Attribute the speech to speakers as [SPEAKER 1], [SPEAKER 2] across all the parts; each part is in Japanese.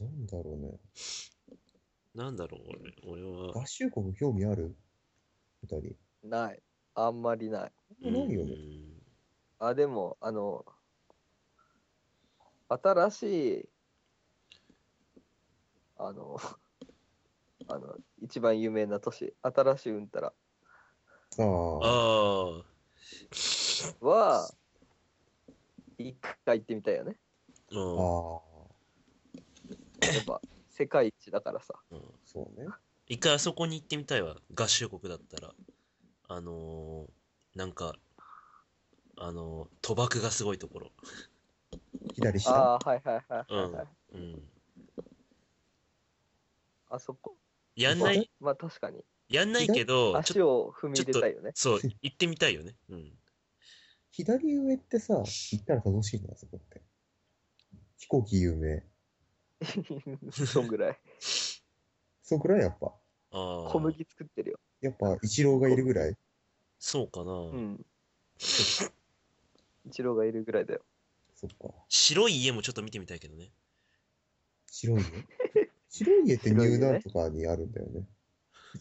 [SPEAKER 1] なんだろうね。
[SPEAKER 2] なんだろう、俺俺は。
[SPEAKER 1] 合衆国興味ある二人。
[SPEAKER 3] ない。あんまりない。
[SPEAKER 1] ないよね。
[SPEAKER 2] うん
[SPEAKER 3] あ、でも、あの、新しい、あの、 あの、一番有名な都市、新しいうんたら
[SPEAKER 1] ああ。
[SPEAKER 2] ああ。
[SPEAKER 3] は、一回行ってみたいよね。
[SPEAKER 2] うん
[SPEAKER 1] ああ。
[SPEAKER 3] やっぱ、世界一だからさ。
[SPEAKER 2] うん
[SPEAKER 1] そうね。
[SPEAKER 2] 一回あそこに行ってみたいわ。合衆国だったら。あのー、なんか、あのー、賭博がすごいところ。
[SPEAKER 1] 左下。
[SPEAKER 3] ああ、はいはいはいはいはい。
[SPEAKER 2] うん。
[SPEAKER 3] あそこ。
[SPEAKER 2] やんない、
[SPEAKER 3] まあ確かに。
[SPEAKER 2] やんないけど、ち
[SPEAKER 3] 足
[SPEAKER 2] ょっ
[SPEAKER 3] を踏み入れたいよね。
[SPEAKER 2] そう、行ってみたいよね。うん。
[SPEAKER 1] 左上ってさ、行ったら楽しいな、あそこって。飛行機有名。
[SPEAKER 3] そんぐらい。
[SPEAKER 1] そんくらいやっぱ。
[SPEAKER 2] あ
[SPEAKER 3] 小
[SPEAKER 2] あ、
[SPEAKER 3] 麦作ってるよ。
[SPEAKER 1] やっぱ、一郎がいるぐらい。
[SPEAKER 2] そうかな、
[SPEAKER 3] うん。一郎がいるぐらいだよ。
[SPEAKER 1] そっか。
[SPEAKER 2] 白い家もちょっと見てみたいけどね。
[SPEAKER 1] 白い 家白い家ってニューナンとかにあるんだよね。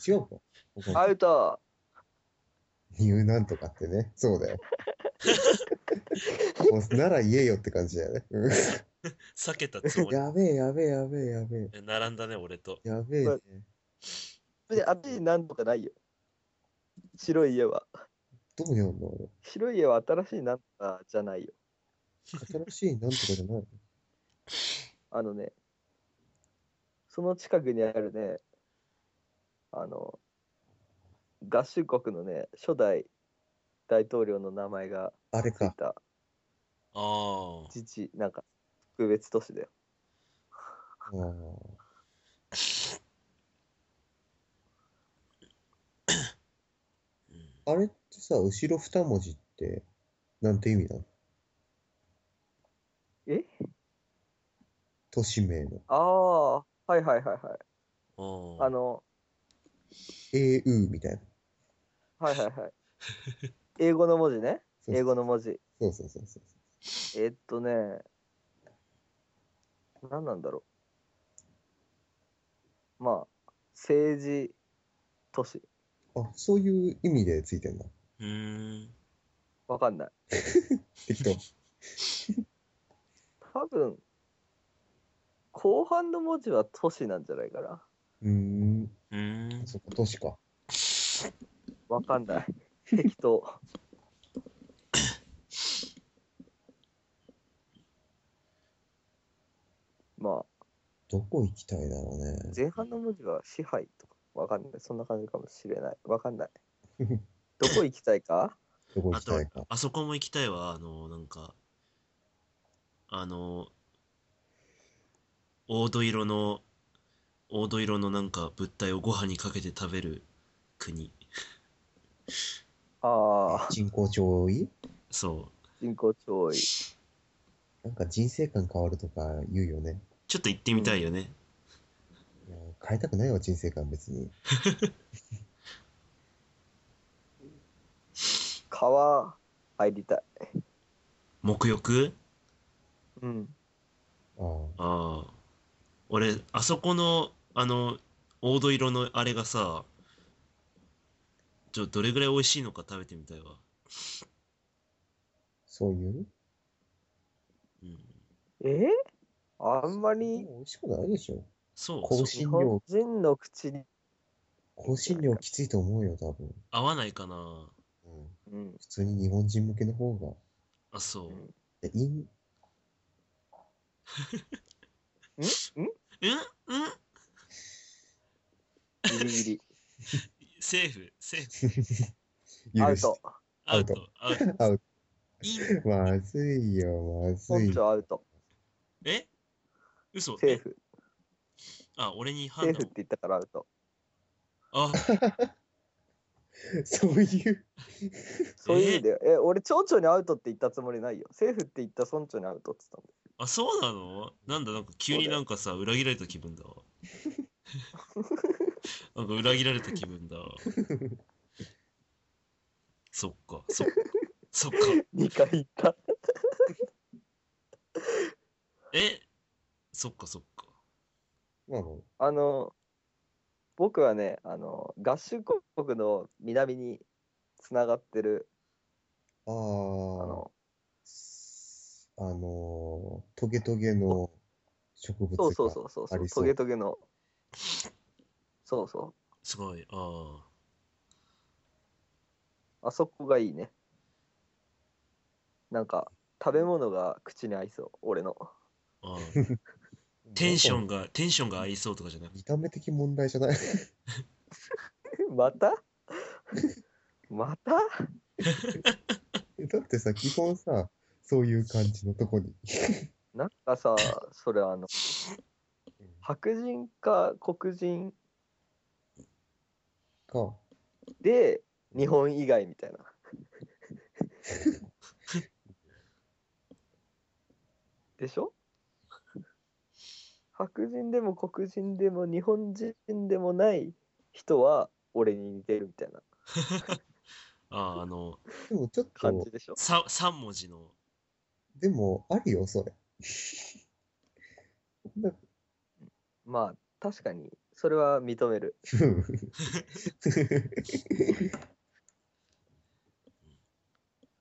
[SPEAKER 1] 違うか。
[SPEAKER 3] アウト
[SPEAKER 1] ニューナンとかってね。そう だよ。もうなら言えよって感じだよね。うん
[SPEAKER 2] 避けたつも り。
[SPEAKER 1] やべえやべえやべえやべえ。
[SPEAKER 2] 並んだね、俺と。
[SPEAKER 1] やべえね。
[SPEAKER 3] で、あっちになんとかないよ。白い家は。
[SPEAKER 1] どうやんの
[SPEAKER 3] 白い家は新しいなんとかじゃないよ。
[SPEAKER 1] あれ。新しいなんとかじゃ ないの
[SPEAKER 3] あのね、その近くにあるね、あの、合衆国のね、初代大統領の名前が
[SPEAKER 1] あれ
[SPEAKER 3] つい
[SPEAKER 1] か。
[SPEAKER 3] た
[SPEAKER 2] ああ、
[SPEAKER 3] 自治、なんか、特別都市だよ。
[SPEAKER 1] あー
[SPEAKER 2] うん
[SPEAKER 1] あれってさ、後ろ二文字って、なんて意味なの
[SPEAKER 3] え
[SPEAKER 1] 都市名の。
[SPEAKER 3] ああ、はいはいはいはい。
[SPEAKER 2] あ
[SPEAKER 3] あ
[SPEAKER 2] あ
[SPEAKER 3] の、
[SPEAKER 1] AU みたいな。
[SPEAKER 3] はいはいはい。英語の文字ね。
[SPEAKER 1] そう
[SPEAKER 3] 英語の文字。
[SPEAKER 1] そうそうそうそう。
[SPEAKER 3] えっとね、何なんだろう。まあ、政治都市。
[SPEAKER 1] あ、そういう意味でついてんだ。
[SPEAKER 2] うーん。
[SPEAKER 3] わかんない。
[SPEAKER 1] 適当。
[SPEAKER 3] 多分、後半の文字は都市なんじゃないかな。
[SPEAKER 1] うーん。
[SPEAKER 2] うーん。
[SPEAKER 1] そっか、都市か。
[SPEAKER 3] わかんない。適当。まあ、
[SPEAKER 1] どこ行きたいだろうね。
[SPEAKER 3] 前半の文字は支配とか、わかんない。そんな感じかもしれない。わかんない。どこ行きたいか
[SPEAKER 1] どこ行
[SPEAKER 2] あ
[SPEAKER 1] きた
[SPEAKER 2] と
[SPEAKER 1] いか、。
[SPEAKER 2] あそこも行きたいわ、あの、なんか、あの、黄土色の、黄土色のなんか物体をご飯にかけて食べる国。
[SPEAKER 3] ああ、
[SPEAKER 1] 人口超多い
[SPEAKER 2] そう。
[SPEAKER 3] 人口超多い。
[SPEAKER 1] なんか人生観変わるとか言うよね。
[SPEAKER 2] ちょっと行ってみたいよね。
[SPEAKER 1] いや変えたくないわ、人生観別に。
[SPEAKER 3] 川入りたい。
[SPEAKER 2] 沐浴
[SPEAKER 3] うん。
[SPEAKER 1] ああ、
[SPEAKER 2] ああ。俺、あそこの、あの、黄土色のあれがさ、ちょ、どれぐらい美味しいのか食べてみたいわ。
[SPEAKER 1] そういう
[SPEAKER 2] うん。
[SPEAKER 3] えあんまり
[SPEAKER 1] 美味しくないでしょ。
[SPEAKER 2] そう、
[SPEAKER 1] 香
[SPEAKER 2] そう
[SPEAKER 3] 日
[SPEAKER 1] 辛
[SPEAKER 3] 本
[SPEAKER 1] 料、
[SPEAKER 3] 人の口に、
[SPEAKER 1] 香辛料きついと思うよ、多分。
[SPEAKER 2] 合わないかな。
[SPEAKER 1] うん。
[SPEAKER 3] うん、
[SPEAKER 1] 普通に日本人向けの方が。
[SPEAKER 2] あ、そう。
[SPEAKER 3] うん
[SPEAKER 1] え、イ ン、
[SPEAKER 2] うんうん
[SPEAKER 3] ギリギ
[SPEAKER 2] セーフ、セーフ、
[SPEAKER 3] リ。アウ
[SPEAKER 1] し
[SPEAKER 3] ト。
[SPEAKER 2] アウト、アウト。
[SPEAKER 1] アウト
[SPEAKER 2] いい
[SPEAKER 1] まずいよ、まずい
[SPEAKER 3] 本。庁アウト。
[SPEAKER 2] え嘘
[SPEAKER 3] セーフ。
[SPEAKER 2] あ、俺に
[SPEAKER 3] セ
[SPEAKER 2] 判
[SPEAKER 3] ーフっ
[SPEAKER 2] 断
[SPEAKER 3] て。言ったからアウト。
[SPEAKER 2] あ、
[SPEAKER 1] そういう。
[SPEAKER 3] そういう意味で、え、俺、町長にアウトって言ったつもりないよ。セーフって言った村長にアウトって言っ
[SPEAKER 2] あ、そうなのなんだ、なんか急になんかさ、裏切られた気分だわ。なんか裏切られた気分だわ。そっか、そっか。そっか。
[SPEAKER 3] たんだよ。2回言 った。
[SPEAKER 2] えそっか、そっか。
[SPEAKER 1] なるほど。
[SPEAKER 3] あの、僕はね、あの、合衆国の南につながってる、
[SPEAKER 1] あー、
[SPEAKER 3] あの、
[SPEAKER 1] あのー、トゲトゲの植物
[SPEAKER 3] そうそう
[SPEAKER 1] が
[SPEAKER 3] そうそう
[SPEAKER 1] あ
[SPEAKER 3] そう、
[SPEAKER 1] りそ
[SPEAKER 3] ト
[SPEAKER 1] う
[SPEAKER 3] ゲトゲの、そうそ
[SPEAKER 2] すごい。ああ。
[SPEAKER 3] う、あそこがいいね。なんか、食べ物が口に合いそう、俺の。
[SPEAKER 2] ああテンションが、テンションが合いそうとかじゃなくて。
[SPEAKER 1] 見た目的問題じゃない
[SPEAKER 3] また また
[SPEAKER 1] だってさ、基本さ、そういう感じのとこに。
[SPEAKER 3] なんかさ、それあの、白人か黒人
[SPEAKER 1] か、
[SPEAKER 3] で、日本以外みたいな。 でしょ白人でも黒人でも日本人でもない人は俺に似てるみたいな
[SPEAKER 2] ああ、あの、
[SPEAKER 1] でもちょっ
[SPEAKER 3] 感
[SPEAKER 1] と
[SPEAKER 3] じ、でしょ
[SPEAKER 2] さ三文字の。
[SPEAKER 1] でもあるよ、それ。な
[SPEAKER 3] まあ確かにそれは認める。
[SPEAKER 1] うん、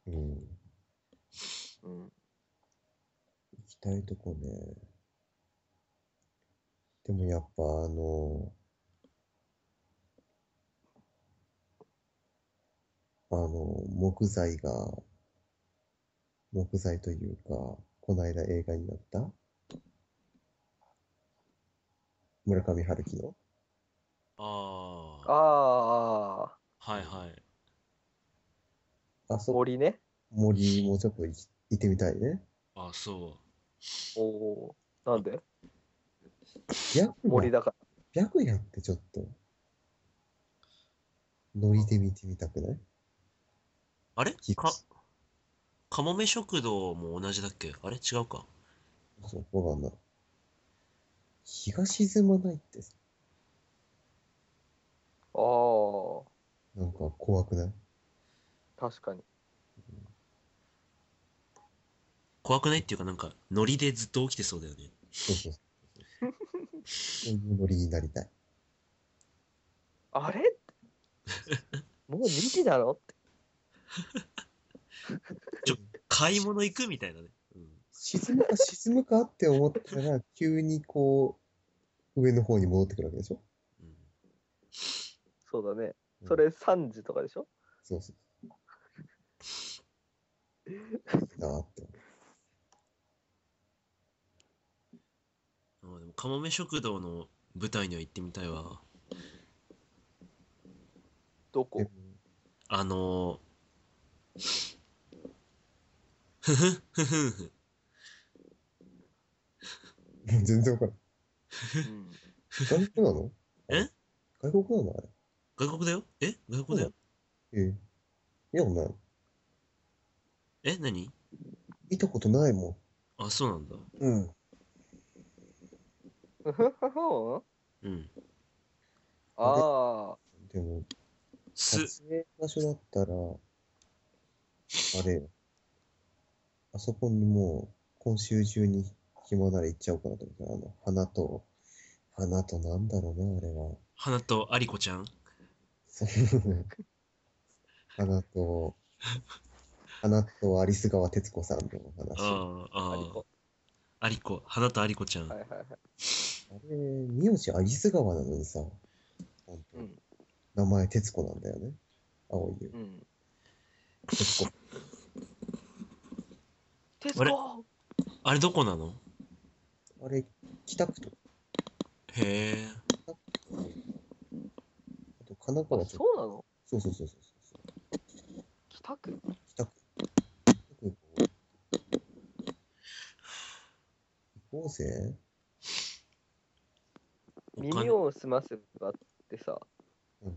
[SPEAKER 1] 行
[SPEAKER 3] うん、
[SPEAKER 1] きたいとこね。でもやっぱあの、あの、木材が、木材というか、この間映画になった村上春樹の
[SPEAKER 2] ああ。
[SPEAKER 3] あ
[SPEAKER 2] はいはい。
[SPEAKER 1] あ
[SPEAKER 3] あ
[SPEAKER 1] そこ
[SPEAKER 3] 森ね。
[SPEAKER 1] 森もちょっと行き行ってみたいね。
[SPEAKER 2] ああ、そう。
[SPEAKER 3] おおーなんで
[SPEAKER 1] 白
[SPEAKER 3] 森
[SPEAKER 1] 夜、
[SPEAKER 3] だから。
[SPEAKER 1] 白夜ってちょっと、ノリで見てみたくない
[SPEAKER 2] あれ
[SPEAKER 1] 聞いて
[SPEAKER 2] か、かもめ食堂も同じだっけあれ違うか。
[SPEAKER 1] そう、わかんない。日が沈まないってさ
[SPEAKER 3] ああ
[SPEAKER 1] なんか怖くない
[SPEAKER 3] 確かに。
[SPEAKER 2] 怖くないっていうか、なんか、ノリでずっと起きてそうだよね。
[SPEAKER 1] そうそうそう。そういうノリになりたい。
[SPEAKER 3] あれもう2時だろって。
[SPEAKER 2] 買い物行くみたいなね。うん。
[SPEAKER 1] 沈むか沈むかって思ったら、急にこう、上の方に戻ってくるわけでしょ
[SPEAKER 2] うん
[SPEAKER 3] そうだね
[SPEAKER 1] う。ん
[SPEAKER 3] それ3時とかでしょ、
[SPEAKER 1] そうそう。いいなーって。
[SPEAKER 2] あでも、かもめ食堂の舞台には行ってみたいわ。
[SPEAKER 3] どこ
[SPEAKER 1] でも
[SPEAKER 2] あのー、ふふ、ふふふ、
[SPEAKER 1] もう全然わからん。
[SPEAKER 3] うん
[SPEAKER 1] 外国なの
[SPEAKER 2] え
[SPEAKER 1] 外国なのあれ。
[SPEAKER 2] 外国だよえ外国だよ
[SPEAKER 1] ええ。いや、お前、
[SPEAKER 2] え何
[SPEAKER 1] 見たことないも
[SPEAKER 2] あ、そうなんだ。
[SPEAKER 1] ん。うん。
[SPEAKER 3] うふふふん
[SPEAKER 2] うん。
[SPEAKER 3] ああ、
[SPEAKER 1] でも、
[SPEAKER 2] す、
[SPEAKER 1] 撮影場所だったら、あれよ、あそこにもう、今週中に暇なら行っちゃおうかなと思って、あの、花と、花となんだろうな、あれは。
[SPEAKER 2] 花とありこちゃん
[SPEAKER 1] そう花と、花とアリス川哲子さんの話。あ
[SPEAKER 2] ああ、あ
[SPEAKER 3] あ
[SPEAKER 2] あ
[SPEAKER 3] りこ。
[SPEAKER 2] ありこ、花とありこちゃん。
[SPEAKER 3] はいはいはい。
[SPEAKER 1] れ、名字アリス川なのにさ、ほんと
[SPEAKER 3] うん
[SPEAKER 1] 名前哲子なんだよね。青い 優
[SPEAKER 3] うん。
[SPEAKER 1] 徹子。
[SPEAKER 3] 徹
[SPEAKER 2] あれ
[SPEAKER 3] 子
[SPEAKER 2] あれどこなの
[SPEAKER 1] あれ、北区とか、
[SPEAKER 2] へえ。
[SPEAKER 1] あと神奈川ちょっ
[SPEAKER 3] そうなの
[SPEAKER 1] と、そうそうそうそうそう。
[SPEAKER 3] 北区
[SPEAKER 1] 北区。北区行こうぜ。
[SPEAKER 2] お
[SPEAKER 3] 耳
[SPEAKER 2] 金、
[SPEAKER 3] を澄ませばってさ、
[SPEAKER 1] うん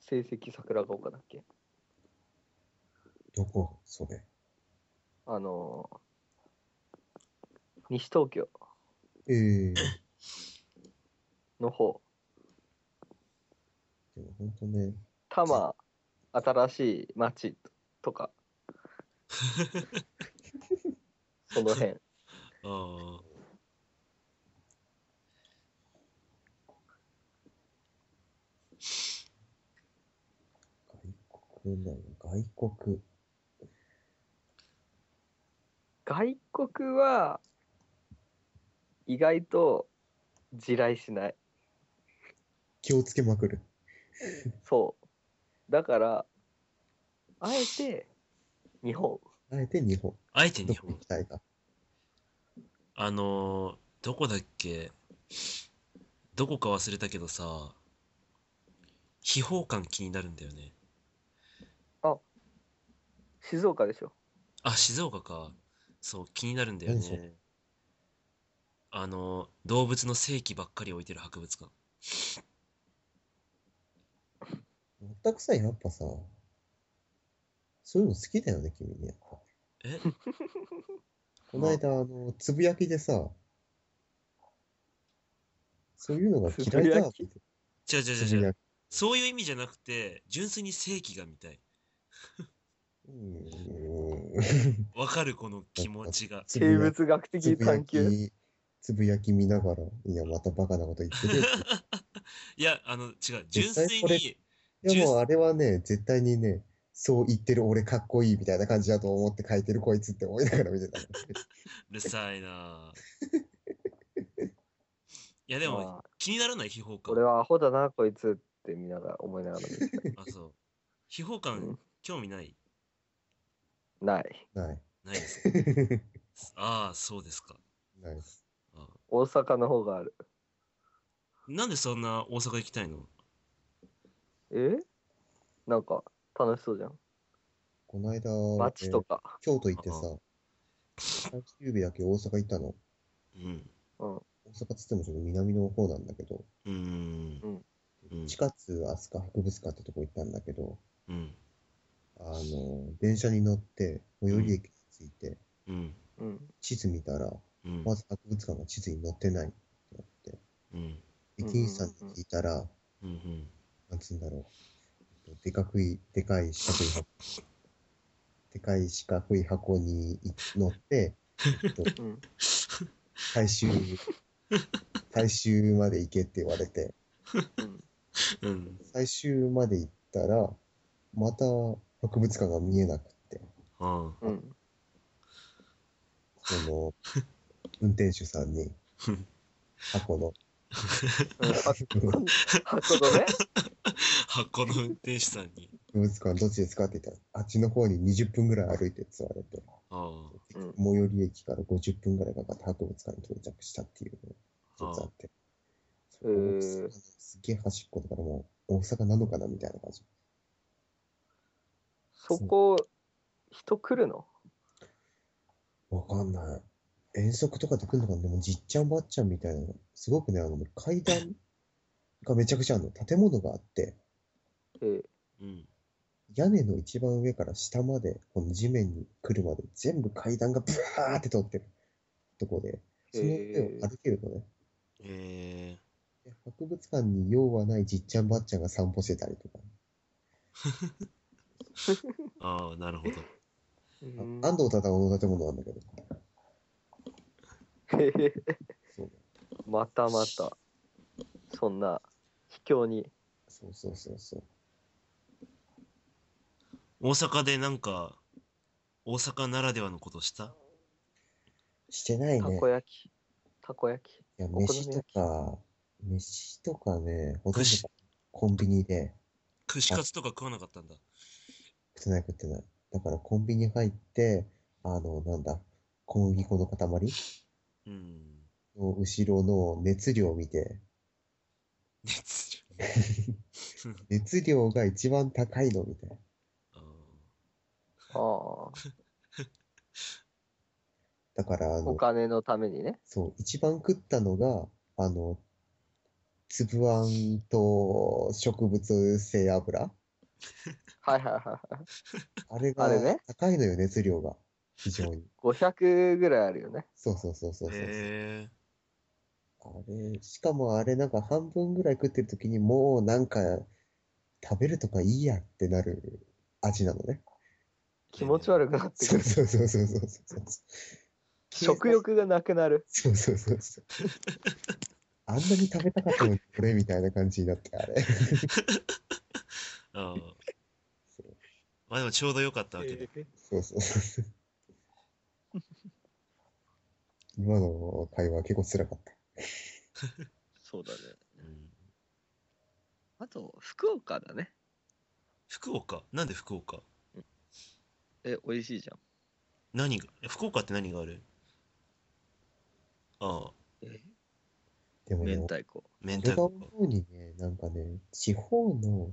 [SPEAKER 3] 成績桜が丘だっけ
[SPEAKER 1] どこそれ。
[SPEAKER 3] あのー、西東京
[SPEAKER 1] ええ
[SPEAKER 3] の方、
[SPEAKER 1] でもほんとね、
[SPEAKER 3] 多摩新しい町とか、その辺。
[SPEAKER 2] ああ。
[SPEAKER 1] なんだろう外国。
[SPEAKER 3] 外国は意外と地雷しない。
[SPEAKER 1] 気をつけまくる。
[SPEAKER 3] そう。だから、あえて日本。
[SPEAKER 1] あえて日本。
[SPEAKER 2] あえて
[SPEAKER 1] ど
[SPEAKER 2] 日
[SPEAKER 1] こ行
[SPEAKER 2] 本
[SPEAKER 1] き。たいか。
[SPEAKER 2] あのー、どこだっけどこか忘れたけどさ、秘宝感気になるんだよね。
[SPEAKER 3] 静岡でしょ。
[SPEAKER 2] あ、静岡か。そう、気になるんだよ
[SPEAKER 1] 何そ
[SPEAKER 2] ね。あのー、動物の性器ばっかり置いてる博物館。
[SPEAKER 1] 全くさ、やっぱさ、そういうの好きだよね、君ね。やっぱ
[SPEAKER 2] え
[SPEAKER 1] この間、あの、つぶやきでさ、そういうのが嫌いだって言って
[SPEAKER 2] 違う違 う
[SPEAKER 1] た。
[SPEAKER 2] 違う違う。
[SPEAKER 1] き。
[SPEAKER 2] そういう意味じゃなくて、純粋に性器が見たい。
[SPEAKER 1] うーん。
[SPEAKER 2] わかるこの気持ちが。
[SPEAKER 1] つぶ
[SPEAKER 3] 生
[SPEAKER 1] や
[SPEAKER 3] 物学
[SPEAKER 1] つ
[SPEAKER 3] 的
[SPEAKER 1] ぶや
[SPEAKER 3] 探求。
[SPEAKER 1] き、つぶやき見ながら、いや、またバカなこと言ってるよっ
[SPEAKER 2] いや、あの、違う。純
[SPEAKER 1] 対
[SPEAKER 2] 粋
[SPEAKER 1] これ
[SPEAKER 2] に、
[SPEAKER 1] て。で
[SPEAKER 2] ジュー
[SPEAKER 1] も、
[SPEAKER 2] ス
[SPEAKER 1] あれはね、絶対にね、そう言ってる俺かっこいいみたいな感じだと思って書いてるこいつって思いながら見てた。
[SPEAKER 2] うるさいなぁいや、でも、
[SPEAKER 3] まあ、
[SPEAKER 2] 気にならない秘宝感。
[SPEAKER 3] 俺はアホだな、こいつって見ながら思いながら見て
[SPEAKER 2] あ、そう。秘宝
[SPEAKER 3] た。うん
[SPEAKER 2] 感、興味ない
[SPEAKER 3] ない。
[SPEAKER 1] ない。
[SPEAKER 2] ないです かああ、そうですか。
[SPEAKER 1] ない。
[SPEAKER 2] あ
[SPEAKER 3] 大阪の方がある。
[SPEAKER 2] なんでそんな大阪行きたいの
[SPEAKER 3] えなんか楽しそうじゃん。
[SPEAKER 1] この間、
[SPEAKER 3] 街とか。
[SPEAKER 1] 京都行ってさ、最終日だけ大阪行ったの。
[SPEAKER 2] うん。
[SPEAKER 3] うん。
[SPEAKER 1] 大阪っつってもちょっと南の方なんだけど、
[SPEAKER 2] うーん。うん
[SPEAKER 1] 地下通飛鳥博物館ってとこ行ったんだけど、
[SPEAKER 2] うん。
[SPEAKER 1] あの、電車に乗って、最寄り駅に着いて、
[SPEAKER 2] うん。
[SPEAKER 3] うん。
[SPEAKER 1] 地図見たら、
[SPEAKER 2] うん。
[SPEAKER 1] まず博物館が地図に載ってないってなって、
[SPEAKER 2] うん。
[SPEAKER 3] うん
[SPEAKER 1] 駅員さんに聞いたら、
[SPEAKER 2] うん。うん。
[SPEAKER 1] なんつうんだろう、でかくい、でかい四角い箱、でかい四角い箱に乗って、えっと
[SPEAKER 3] うん。
[SPEAKER 1] 最終、最終まで行けって言われて、
[SPEAKER 3] うん。
[SPEAKER 2] うん。
[SPEAKER 1] 最終まで行ったら、また博物館が見えなくって、
[SPEAKER 2] あ あ。
[SPEAKER 3] うん。
[SPEAKER 1] その、運転手さん に、箱の、
[SPEAKER 3] う
[SPEAKER 1] 博
[SPEAKER 3] ん箱のね。
[SPEAKER 2] 箱の運転手さんに。
[SPEAKER 1] 物館どっちですかって言ったら、あっちの方に20分ぐらい歩いてって言われて、
[SPEAKER 2] あ
[SPEAKER 3] うん。
[SPEAKER 1] 最寄り駅から50分ぐらいかかって博物館に到着したっていう
[SPEAKER 2] あ。
[SPEAKER 1] のが実
[SPEAKER 2] あ
[SPEAKER 1] はあ
[SPEAKER 2] あ
[SPEAKER 1] って、そ
[SPEAKER 3] へ
[SPEAKER 1] こ
[SPEAKER 3] ー
[SPEAKER 1] すすげえ端っこだからもう大阪なのかなみたいな感じ。
[SPEAKER 3] そこ、人来るの
[SPEAKER 1] わかんない。遠足とかで来るのかなでもじっちゃんばっちゃんみたいな、すごくね、あの、階段がめちゃくちゃあるの。建物があって、
[SPEAKER 3] えー
[SPEAKER 2] うん。
[SPEAKER 1] 屋根の一番上から下まで、この地面に来るまで全部階段がブワーって通ってるとこで、その上を
[SPEAKER 3] へー
[SPEAKER 1] 歩けるのね。
[SPEAKER 2] え
[SPEAKER 1] で博物館に用はないじっちゃんばっちゃんが散歩してたりとか。
[SPEAKER 2] ー。ああ、なるほど。
[SPEAKER 1] あ安藤忠雄の建物なんだけど。
[SPEAKER 3] へへ
[SPEAKER 1] そう
[SPEAKER 3] またまた、そんな、卑怯に。
[SPEAKER 1] そうそうそうそう。
[SPEAKER 2] 大阪でなんか、大阪ならではのことした
[SPEAKER 1] してない
[SPEAKER 3] た
[SPEAKER 1] ね。
[SPEAKER 3] こ焼き、たこ焼き。
[SPEAKER 1] いや、
[SPEAKER 3] 好み
[SPEAKER 1] 飯と
[SPEAKER 3] 焼き
[SPEAKER 1] か、飯とかね、ほとんど
[SPEAKER 2] 串
[SPEAKER 1] コンビニで
[SPEAKER 2] 串カツとか食わなかったんだ。
[SPEAKER 1] 食ってない食ってない。だからコンビニ入って、あの、なんだ、小麦粉の塊
[SPEAKER 2] うん。
[SPEAKER 1] の後ろの熱量を見て、
[SPEAKER 2] 熱量。
[SPEAKER 1] 熱量が一番高いのみたいな。
[SPEAKER 2] あ
[SPEAKER 3] ああ、
[SPEAKER 1] だから、あ
[SPEAKER 3] お
[SPEAKER 1] の、
[SPEAKER 3] 金のためにね。
[SPEAKER 1] そう、一番食ったのが、あの、粒あんと植物性油
[SPEAKER 3] はいはいはいはい。
[SPEAKER 1] あれ
[SPEAKER 3] あれ
[SPEAKER 1] が
[SPEAKER 3] ね
[SPEAKER 1] 高いのよ、熱量が。非常に。
[SPEAKER 3] 500ぐらいあるよね。
[SPEAKER 1] そうそうそうそう
[SPEAKER 2] ー
[SPEAKER 1] そう。
[SPEAKER 2] へえ。
[SPEAKER 1] あれ、しかもあれなんか半分ぐらい食ってる時にもうなんか食べるとかいいやってなる味なのね。
[SPEAKER 3] 気持ち悪くなってく
[SPEAKER 1] そう
[SPEAKER 3] る。
[SPEAKER 1] そうそうそうそうそう。
[SPEAKER 3] 食欲がなくなる。
[SPEAKER 1] そうそうそうそう。あんなに食べたかったのにこれみたいな感じになってあれ。
[SPEAKER 2] ああ。
[SPEAKER 1] そう
[SPEAKER 2] まあでもちょうど良かったわけで。
[SPEAKER 1] そうそうそう。今の会話結構辛かった。
[SPEAKER 3] そうだね。
[SPEAKER 2] うん、
[SPEAKER 3] あと、福岡だね。
[SPEAKER 2] 福岡なんで福岡
[SPEAKER 3] え、美味しいじゃん。
[SPEAKER 2] 何がえ福岡って何があるああ、
[SPEAKER 3] え、
[SPEAKER 1] でもね、
[SPEAKER 3] 明太子。
[SPEAKER 2] 明
[SPEAKER 1] 俺
[SPEAKER 2] 太
[SPEAKER 1] が
[SPEAKER 2] 子
[SPEAKER 1] 思
[SPEAKER 2] か。
[SPEAKER 1] うにね、なんかね、地方の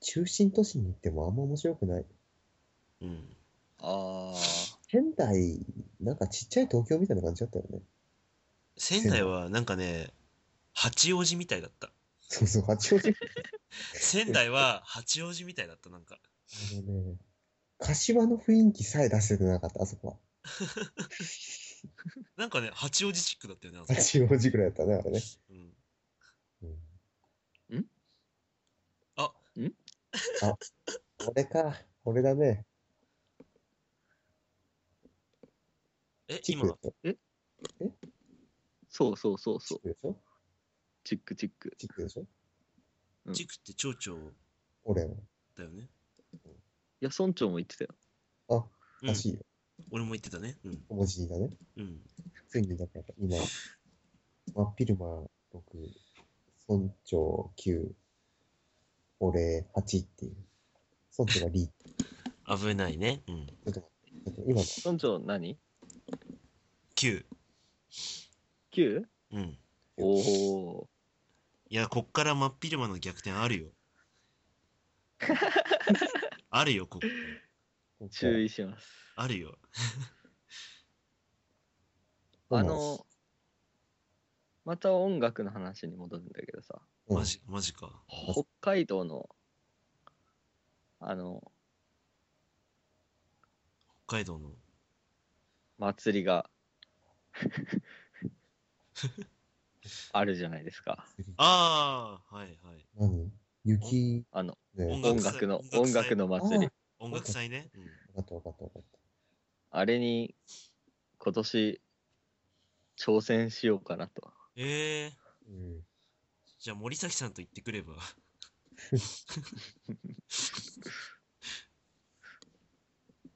[SPEAKER 1] 中心都市に行ってもあんま面白くない。
[SPEAKER 2] うん。
[SPEAKER 3] あ
[SPEAKER 1] 仙台、なんかちっちゃい東京みたいな感じだったよね。
[SPEAKER 2] 仙台はなんかね、八王子みたいだった。
[SPEAKER 1] そうそう、八王子。
[SPEAKER 2] 仙台は八王子みたいだった、なんか。
[SPEAKER 1] あのね、柏の雰囲気さえ出せてなかった、あそこは。
[SPEAKER 2] なんかね、八王子チックだったよね、あそこ。
[SPEAKER 1] 八王子くらいだったね、あれね。
[SPEAKER 2] うん。
[SPEAKER 1] うん、
[SPEAKER 2] あ、
[SPEAKER 1] 俺か、俺だね。
[SPEAKER 2] え、
[SPEAKER 1] チック
[SPEAKER 2] 今
[SPEAKER 1] で、しょ
[SPEAKER 3] ーそうそうそう
[SPEAKER 1] チ
[SPEAKER 3] そ
[SPEAKER 1] ッ
[SPEAKER 3] う。
[SPEAKER 1] クでしょ
[SPEAKER 3] チックチック。
[SPEAKER 1] チックでしょ
[SPEAKER 3] うん
[SPEAKER 2] チックって蝶々
[SPEAKER 1] 俺の。
[SPEAKER 2] だよね。
[SPEAKER 3] いや、村長も言ってたよ。
[SPEAKER 1] あ、
[SPEAKER 2] うん
[SPEAKER 1] ら、しいよ。
[SPEAKER 2] 俺も言ってたね。うん。
[SPEAKER 1] お文字だね。
[SPEAKER 2] うん。
[SPEAKER 1] ついに、だから今、真っ昼間6、村長9、俺8っていう。村長がリーち
[SPEAKER 2] 危ないね。うん。
[SPEAKER 1] ょっと待って、ちょっと今の、
[SPEAKER 3] 村長何
[SPEAKER 2] 9。
[SPEAKER 3] ?9?
[SPEAKER 2] うん。
[SPEAKER 3] おお
[SPEAKER 2] いや、こっから真っ昼間の逆転あるよ。あるよ、こっ
[SPEAKER 1] 今回
[SPEAKER 3] ー、注意します。
[SPEAKER 2] あるよ。
[SPEAKER 3] あの、また音楽の話に戻るんだけどさ、
[SPEAKER 1] うん
[SPEAKER 2] マジ、マジか。
[SPEAKER 3] 北海道の、あの、
[SPEAKER 2] 北海道の。
[SPEAKER 3] 祭り があるじゃないですか。
[SPEAKER 2] ああ、はいはい。
[SPEAKER 1] 何雪
[SPEAKER 3] あの
[SPEAKER 1] だよ
[SPEAKER 2] 音
[SPEAKER 1] ね。
[SPEAKER 2] 楽
[SPEAKER 3] 音楽の
[SPEAKER 2] 音楽
[SPEAKER 3] 音楽の祭り
[SPEAKER 1] あ。
[SPEAKER 2] 音楽祭ね。うん
[SPEAKER 1] わかったわかったわかっ
[SPEAKER 3] あれに今年挑戦しようかなと。
[SPEAKER 2] ええー、
[SPEAKER 1] た。うん。
[SPEAKER 2] じゃあ森崎さんと言ってくれば。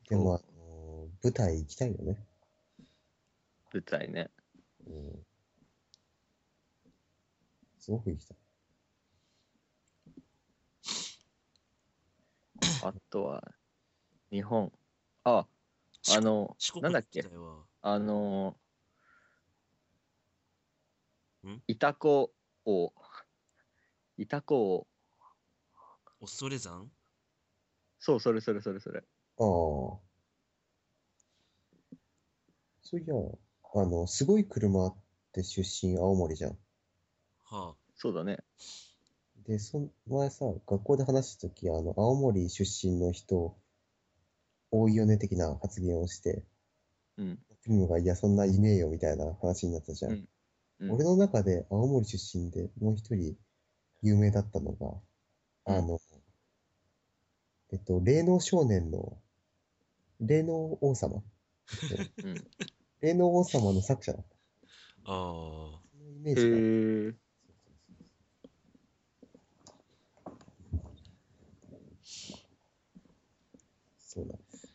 [SPEAKER 1] でも、あの舞台行きたいよね。
[SPEAKER 3] 舞台ね。
[SPEAKER 1] うん。すごく行きたい。
[SPEAKER 3] あとは日本。あ、あの、
[SPEAKER 2] 四国
[SPEAKER 3] なんだっけ
[SPEAKER 2] 自体は
[SPEAKER 3] あの
[SPEAKER 2] ん
[SPEAKER 3] イタコを、イタコを、
[SPEAKER 2] 恐山
[SPEAKER 3] そう、それそれそれそれ。
[SPEAKER 1] ああ。そういや、あの、すごい車って出身青森じゃん。
[SPEAKER 2] は
[SPEAKER 3] そうだね。
[SPEAKER 1] で、その前さ、学校で話したとき、あの、青森出身の人、多いよね的な発言をして、
[SPEAKER 3] うん。
[SPEAKER 1] クリムが、いや、そんないねえよみたいな話になったじゃん。
[SPEAKER 3] うんうん
[SPEAKER 1] 俺の中で青森出身でもう一人有名だったのが、あの、えっと、霊能少年の、霊能王様
[SPEAKER 3] うん、
[SPEAKER 1] 霊能王様の作者だった。
[SPEAKER 2] あ。ああ。
[SPEAKER 1] そのイメー
[SPEAKER 3] へ
[SPEAKER 1] ジが。
[SPEAKER 3] ー
[SPEAKER 1] そうなんです。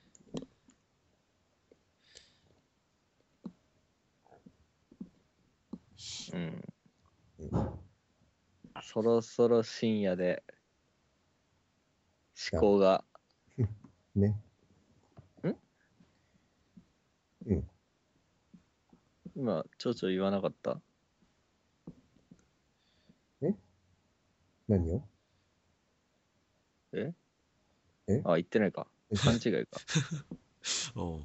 [SPEAKER 3] うん。
[SPEAKER 1] うん
[SPEAKER 3] そろそろ深夜で思考が
[SPEAKER 1] ね。
[SPEAKER 3] ん
[SPEAKER 1] うん。
[SPEAKER 3] 今ちょちょ言わなかった
[SPEAKER 1] 何を
[SPEAKER 3] あ言ってないか
[SPEAKER 1] え
[SPEAKER 3] 勘違いか
[SPEAKER 2] おお。
[SPEAKER 3] 思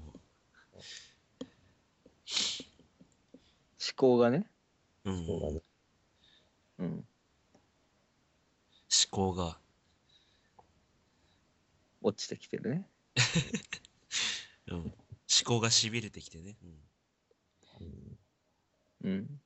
[SPEAKER 3] 考がね
[SPEAKER 2] う
[SPEAKER 1] そうだ
[SPEAKER 2] ん。
[SPEAKER 1] ね。
[SPEAKER 3] うん
[SPEAKER 2] 思考が。
[SPEAKER 3] 落ちてきてるね
[SPEAKER 2] うん。思考が痺れてきてね。うん。
[SPEAKER 1] うん
[SPEAKER 3] うん